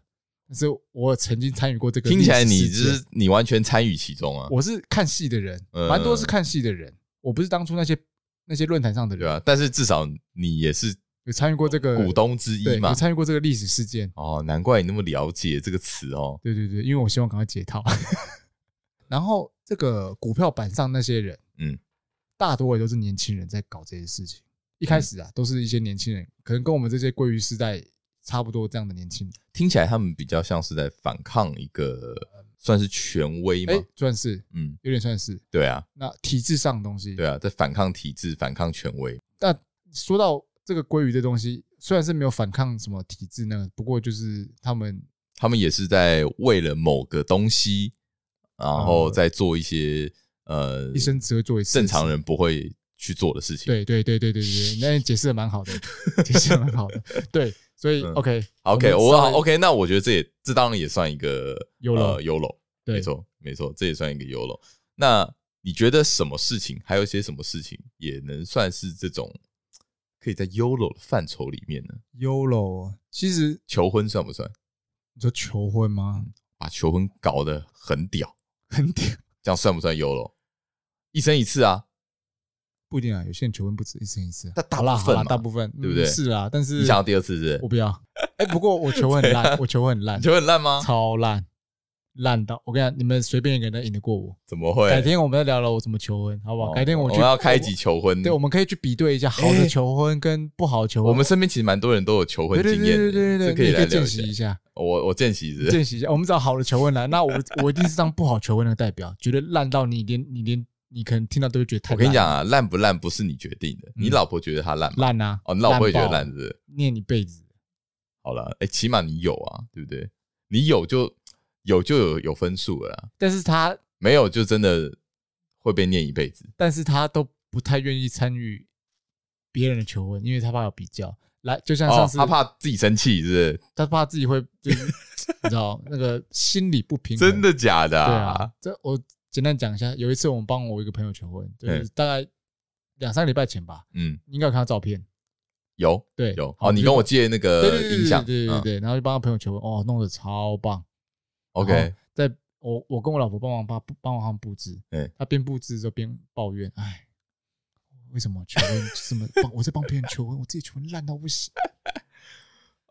但是我曾经参与过这个历听史起事来件，你就是你完全参与其中啊，我是看戏的人，嗯蛮多是看戏的人，我不是当初那些那些论坛上的对人，啊，但是至少你也是有参与过这个股东之一对，嘛有，参与过这个历史事件。哦，难怪你那么了解这个词哦，对对对，因为我希望赶快解套。 然后这个股票板上那些人，嗯，大多也都是年轻人在搞这些事情。一嗯开始啊，都是一些年轻人，可能跟我们这些鲑鱼世代差不多这样的年轻人。听起来他们比较像是在反抗一个算是权威嘛哎，，算是嗯，有点算是对啊，那体制上的东西。对啊，在反抗体制、反抗权威，那说到这个鲑鱼这东西，虽然是没有反抗什么体制呢，不过就是他们他们也是在为了某个东西，然后再做一些呃嗯一生只会做一次。正常。人不会去做的事情。对对对对对对，那你解释的 蛮好的，解释的蛮好的。对，所以嗯 OK， ，OK，我们我稍微 OK，那我觉得这也这当然也算一个 YOLO 呃 YOLO，对没错没错，这也算一个 YOLO。那你觉得什么事情，还有一些什么事情也能算是这种可以在 YOLO 的范畴里面呢？ YOLO，其实求婚算不算？你说求婚吗？把求婚搞得很屌，很屌，这样算不算 YOLO？一生一次啊，不一定啊，有些人求婚不止一次一次啊。但大好啦部分好啦嘛大部分对不对嗯是啊，但是你想要第二次是不是？我不要。 哎，不过我求婚很烂，我求婚很烂你，觉得很烂吗？超烂，烂到我跟你讲，你们随便一个人都赢得过我。怎么会？改天我们再聊聊我怎么求婚，好不好？哦改天我去们要开一集求婚。对，我们可以去比对一下好的哎求婚跟不好的求婚。我们身边其实蛮多人都有求婚对对经对验对的，对对这对，可以你来也聊见一习下一。下，我我见习是见习一下。我们找好的求婚来，那我 我一定是当不好求婚那个代表，觉得烂到你连你连你可能听到都会觉得太。我跟你讲，啊，烂不烂不是你决定的，你老婆觉得她烂吗？嗯烂啊！哦，你老婆也觉得爆烂，是，不是？念一辈子。好了，哎，起码你有啊，对不对？你有就有就有有分数了啦，但是他没有就真的会被念一辈子。但是他都不太愿意参与别人的求婚，因为他怕有比较。来，就像上哦，次他怕自己生气，是他怕自己会就是 你知道那个心理不平不是？衡，真的假的、对啊，，这我简单讲一下，有一次我们帮我一个朋友求婚，就是嗯大概两三个礼拜前吧，嗯，你应该有看到照片。有对，有。好哦，你就跟我借那对个对对音响，对对对嗯对，然后就帮他朋友求婚，哦，弄得超棒。然，OK，后在我我跟我老婆帮忙帮帮忙他们布置，对他边布置之后边抱怨，哎，为什么求婚这么帮我在帮别人求婚，我自己求婚烂到不行，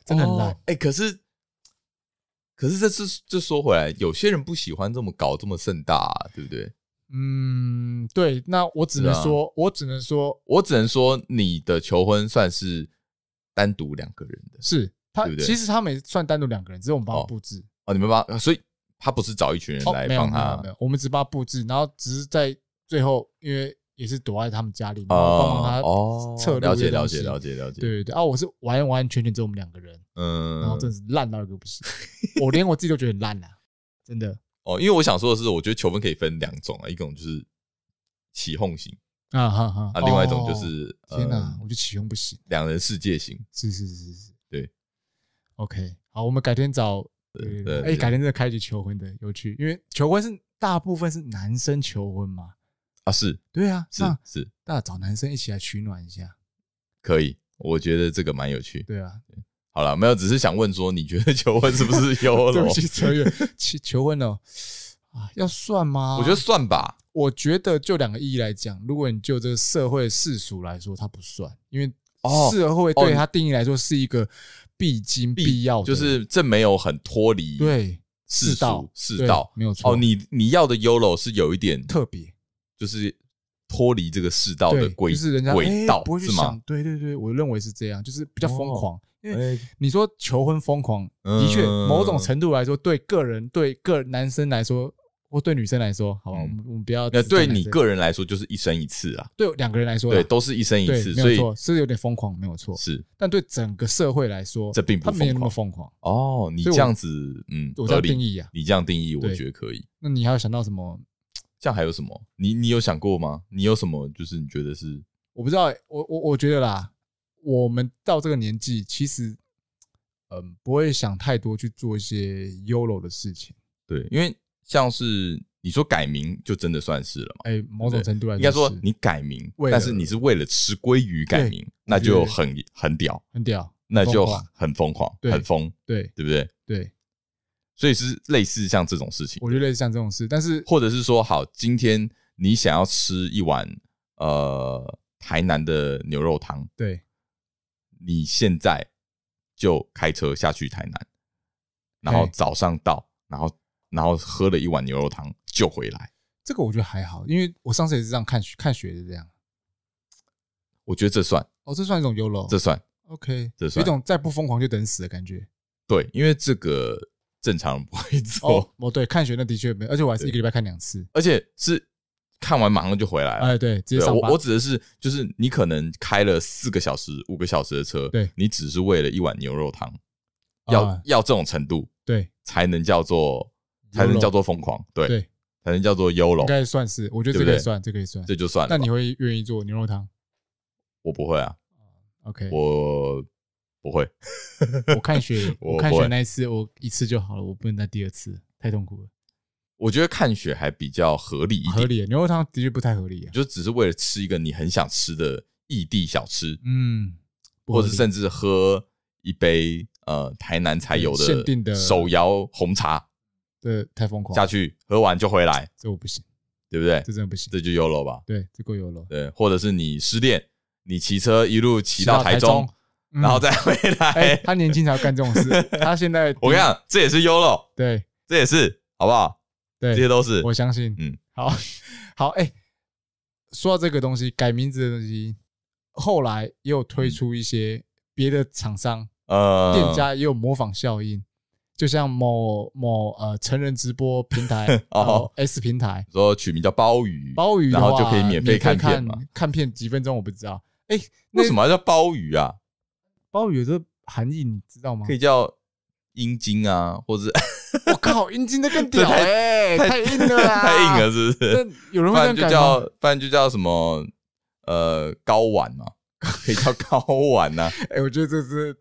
真的很哦烂。哎、可是，可是这是这说回来，有些人不喜欢这么搞这么盛大、啊，对不对？嗯，对，那我只能是啊说，我只能说我只能说，你的求婚算是单独两个人的是他对不对其实他们也算单独两个人，只是我们帮他哦布置。哦，你们帮，所以他不是找一群人哦，来没有帮没他有没有，我们只帮他布置，然后只是在最后，因为也是躲在他们家里，然后帮忙他哦，策略了解这些了东西解了解了解，对对对啊，我是完完全全只有我们两个人，嗯，然后真的是烂到一个不行，我连我自己都觉得很烂了、真的哦，因为我想说的是，我觉得求婚可以分两种啊，一种就是起哄型啊哈哈啊，另外一种就哦是、天哪、呃我就启用不行，两人世界型，是是是是是，对，OK，好，我们改天找，对对对对哎、对改天再开一集求婚的有趣，因为求婚是大部分是男生求婚嘛，啊，是对啊，是那是那找男生一起来取暖一下，可以，我觉得这个蛮有趣。对啊，好了，没有，只是想问说，你觉得 求婚是不 是优对柔不？起，扯远。 求求婚哦，啊，要算吗？我觉得，算吧，我觉得就两个意义来讲，如果你就这个社会世俗来说，它不算，因为哦社会对哦它定义来说是一个必经必要的，就是这没有很脱离哦对世世道俗世对道没有错哦。你你要的优柔是有一点特别就是脱离这个世道对的，轨就是人家轨道哎不会去是想吗？，对对对，我认为是这样，就是比较疯哦狂，因为哎你说求婚疯狂，的确嗯某种程度来说，对个人、对个男生来说，或对女生来说，好吧，嗯我们我们不要那只讲对男你生个人来说就是一生一次啊，对两个人来说啦，对，都是一生一对次，，没所有以错，是有点疯狂，没有错。是但对整个社会来说，这并不他没有那么疯疯狂。哦。你所以这我样子，嗯，我这合样理定义啊你这样定义，我对觉得可以。那你还有想到什么？这样还有什么？你你有想过吗？你有什么就是你觉得是我不知道欸、我我我觉得啦，我们到这个年纪，其实嗯，不会想太多去做一些 YOLO 的事情。对？因为像是你说改名，就真的算是了嘛。哎、某种程度来应该说是你改名，为了但是你是为了吃鲑鱼改名，那就很很屌，很屌，那就很很疯疯狂狂，对很疯，对对不对？对，所以是类似像这种事情，我觉得类似像这种事，但是或者是说，好，今天你想要吃一碗呃台南的牛肉汤，对你现在就开车下去台南，然后嘿早上到，然后然后喝了一碗牛肉汤就回来，这个我觉得还好，因为我上次也是这样看雪看雪是这样。我觉得这算哦，这算一种 YOLO，这算 OK，这有算一种再不疯狂就等死的感觉。对，因为这个正常人不会 做。哦， 哦，对，看雪那的确没有，而且我还是一个礼拜看两次。而且是看完马上就回来了。哎，对，直接对，啊上我班我。指的是，就是你可能开了四个小时、五个小时的车，对你只是为了一碗牛肉汤，要、啊要这种程度对才能叫做才能 YOLO 叫做疯狂，对，对，才能叫做优柔应，该算是，我觉得对不这可以对算，这可以算。这就算了那吧。你会愿意做牛肉汤我不会啊， ？OK，我我不会。 我看雪，我我看不会雪那一次，我一次就好了，我不能再第二次，太痛苦了。我觉得看雪还比较合理一点，合理，牛肉汤的确不太合理啊。就只是为了吃一个你很想吃的异地小吃，嗯，不合或理者甚至喝一杯呃台南才有对限定的手摇红茶这太疯狂下，去，喝完就回来。这我不行。对不哎对？这真的不行。这就 YOLO 吧，对，这够有了。对，或者是你失恋，你骑车一路骑到台中，嗯 然后再回哎、嗯来。他年轻才干这种 事，他现在我跟你讲，这也是 YOLO，对这也是好不好？这些对，都是我相信。嗯嗯，好 好，哎、说到这个东西，改名字的东西，后来也有嗯推出一些别的厂商、呃店家也有模仿效应，就像某某呃成人直播平台 哦哦 S 平台，说取名叫鲍鱼，包鱼的然话，后就可以免免费看看片嘛？看片几分钟我不 知道。哎、那为什么要叫鲍鱼啊？包鱼有这个含义你知道吗可？以叫阴茎啊，或者我靠，阴茎的 更屌这太哎、太太硬了啦， 太硬了，是不是？那有人不然会这样就改吗？叫不然就叫什么呃睾丸嘛， 可以叫睾丸呐、哎、我觉得这是，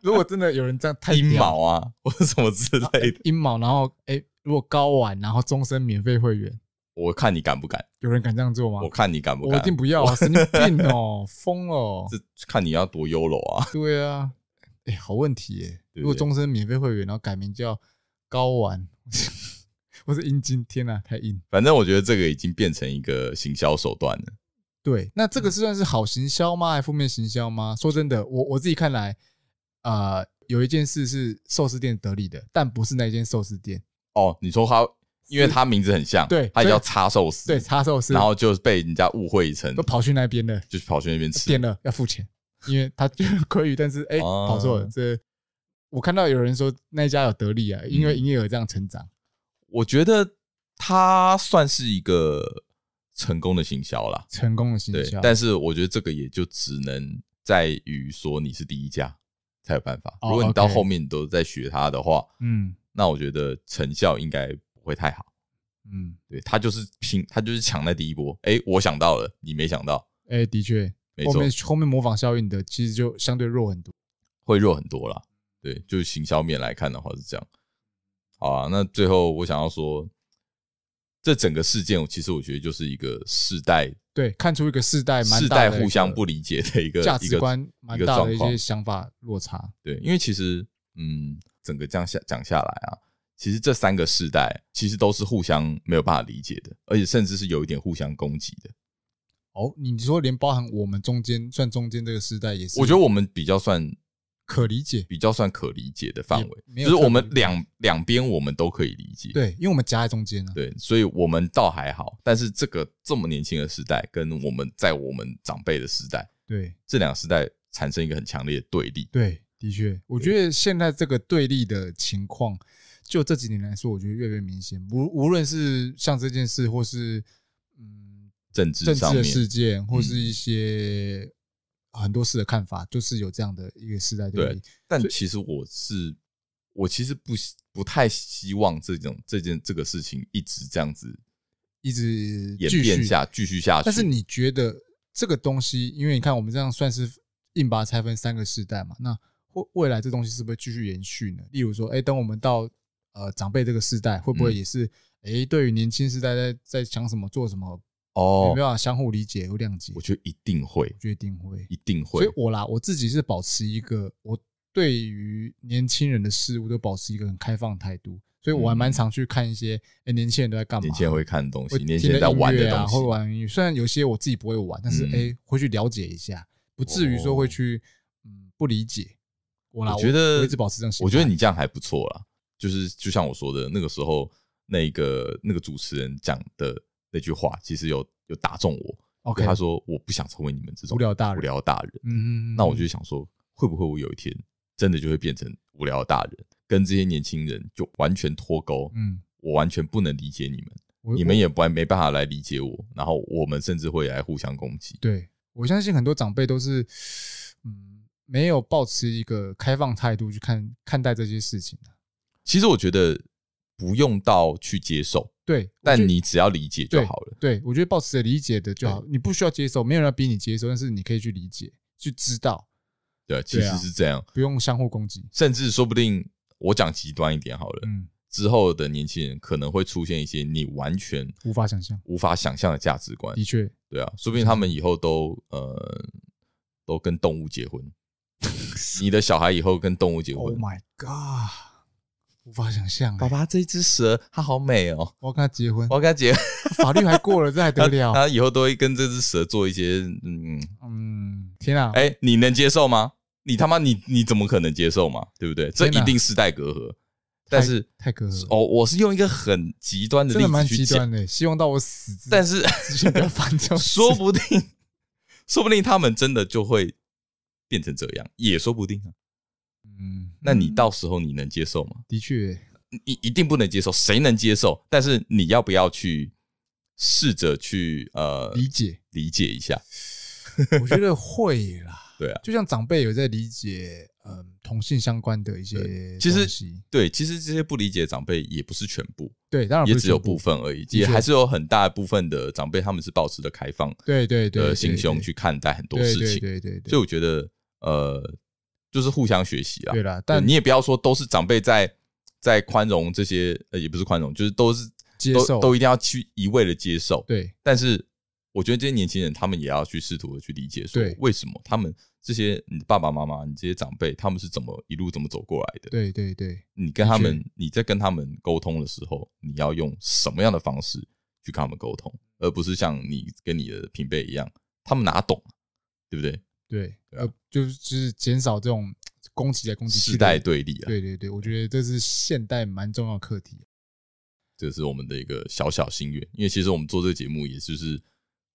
如果真的有人这样 太阴屌毛啊，或者什么之类的。阴毛，然后哎、如果高玩，然后终身免费会员， 我看你敢不敢？有人敢这样做吗我？看你敢不我一敢？定不 要、啊，神经病哦，疯了哦、这看你要多优柔啊！ 对啊，哎、好问题耶、对如果终身免费会员，然后改名叫高 玩，我是阴茎，天啊，太硬。反正我觉得这个已经变成一个行销手段了。对，那这个是算是好行销吗？还是负面行销吗？说真的，我我自己看来，呃，有一件事是寿司店得利的，但不是那间寿司店。哦，你说他，因为他名字很像，对他也叫所以叉寿司，对，叉寿司，嗯然后就被人家误会成都跑去那边了，就是跑去那边吃点，了要付钱，因为他觉得亏余，但是哎、哦跑错了。这我看到有人说那一家有得利啊，因为嗯营业额这样成长。我觉得他算是一个成功的行销啦。成功的行对销，，但是我觉得这个也就只能在于说你是第一家才有办法。哦如果你到 OK 后面你都在学他的话，嗯那我觉得成效应该不会太好。嗯，对他就是拼，他就是抢在第一波。哎，我想到了，你没想到，哎、的确，没后错面，后面模仿效应的其实就相对弱很多。会弱很多啦。对，就是行销面来看的话是这样。好啊，那最后我想要说，这整个事件其实我觉得就是一个世代对，看出一个世代蛮世大代的一互个相不理解的一个价一值个观蛮一个大的状一况些。想法落差。对，因为其实嗯，整个这样下讲下来啊，其实这三个世代其实都是互相没有办法理解的，而且甚至是有一点互相攻击的。哦，你说连包含我们中间算中间这个世代也是，我觉得我们比较算可理解。比较算可理解的范围，也没就有是我们特别两两边我们都可以理解。对，因为我们夹在中间啊。对，所以我们倒还好，但是这个这么年轻的时代，跟我们在我们长辈的时代，对这两个时代产生一个很强烈的对立。对，的确，我觉得现在这个对立的情况，就这几年来说，我觉得越来越明显。无无论是像这件事，或是嗯政治政上治的面，事件，或是嗯一些很多事的看法，就是有这样的一个世代对对立。但其实我是，我其实不希不太希望这种这件这个事情一直这样子一直演继变续下继续下去。但是你觉得这个东西，因为你看我们这样算是硬把它拆分三个世代嘛，那未未来这东西是不是继续延续呢？例如说，哎、等我们到呃长辈这个世代，会不会嗯也是哎、诶对于年轻世代在在想什么、做什么，有哦没，有办法相互理解、有谅解？我觉得一定会，决定会，一定所会以。我啦，我自己是保持一个我对于年轻人的事物都保持一个很开放的态度，所以我还蛮嗯常去看一些哎、诶年轻人都在干嘛，年轻人会看的东西会，年轻听人在玩音的乐啊，东会西，玩音乐。虽然有些我自己不会玩，但是嗯哎、哦诶会去了解一下，不至于说会去嗯不理解。我啦，我觉得我一直保持这种心态。我觉得你这样还不错啦。就是就像我说的，那个时候那个那个主持人讲的那句话，其实有有打中我。 OK，他说我不想成为你们这种无聊大人无聊大人。嗯嗯，嗯那我就想说，会不会我有一天真的就会变成无聊的大人，跟这些年轻人就完全脱钩？嗯，我完全不能理解你们，我你们我也不没办法来理解我，然后我们甚至会来互相攻击。对我相信很多长辈都是嗯没有保持一个开放态度去看看待这些事情啊的。其实我觉得不用到去接受，对，但我觉得你只要理解就好了。对我觉得保持着理解的就好，你不需要接受，没有人要逼你接受，但是你可以去理解，去知道，对，其对实啊是这样，不用相互攻击。甚至说不定我讲极端一点好了，嗯，之后的年轻人可能会出现一些你完全无法想象，无法想象的价值观的。确，对啊，说不定他们以后都呃都跟 动物结婚，你的小孩以后跟动物结 Oh 婚， my god！无法想象、哦爸欸。爸这一只蛇它好美哦，我要跟他结婚 我，要跟他结婚，法律还过了，这还得了？ 他以后都会跟这只蛇做一些嗯，嗯，天啊！哎、你能接受吗？你他妈你你怎么可能接受嘛？对不对？这天哪一定世代隔阂。但是太隔阂了，哦，我是用一个很极端的真例的子蛮去极讲，端的欸。希望到我死之，但是 之前不要犯这种事说不定，说不定他们真的就会变成这样，也说不定啊。嗯，那你到时候你能接受吗？的确欸你一定不能接受，谁能接受？但是你要不要去试着去呃理解，理解一下？我觉得会啦。呃 对啊，就像长辈有在理解，嗯，同性相关的一些其实东西对，其实这些不理解的长辈也不是全部，对，当然也不是只有全部部，分而已，确也还是有很大部分的长辈他们是保持着开放对对对，的对心胸对去看待很多对事对情，对对对，所以我觉得呃，就是互相学习啊对。啦，但但你也不要说都是长辈在在宽容这些，呃，也不是宽容，就是都是接受都都一定要去一味的接受。对但是我觉得这些年轻人，他们也要去试图的去理解，说对为什么他们这些你的爸爸妈妈、你这些长辈，他们是怎么一路怎么走过来的？对对对，你跟他们，你在跟他们沟通的时候，你要用什么样的方式去跟他们沟通，而不是像你跟你的平辈一样，他们哪懂，啊对不对？对，对啊呃，就是就是减少这种攻击来攻击去世嗯的代对立啊，对对对，我觉得这是现代蛮重要的课题。这是我们的一个小小心愿，因为其实我们做这个节目也就是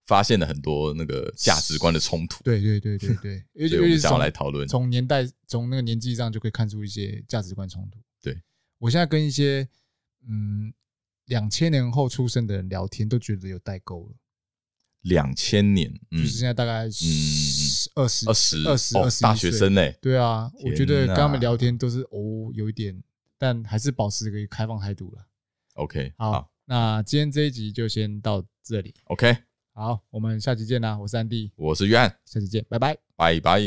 发现了很多那个价值观的冲突，对对对 对对，尤其所以尤我其们是想要从来讨论。从年代从那个年纪上就可以看出一些价值观冲突。对我现在跟一些嗯两千年后出生的人聊天，都觉得有代沟了，两千年，嗯就是，现在大概十二十二十二十哦二十一大学岁生嘞，对啊，我觉得天哪跟他们聊天都是哦有一点，但还是保持一个开放态度了。 OK，好，好那今天这一集就先到这里。 ，OK，好，我们下期见啦！我是安迪，我是约翰，下期见，拜拜。拜拜。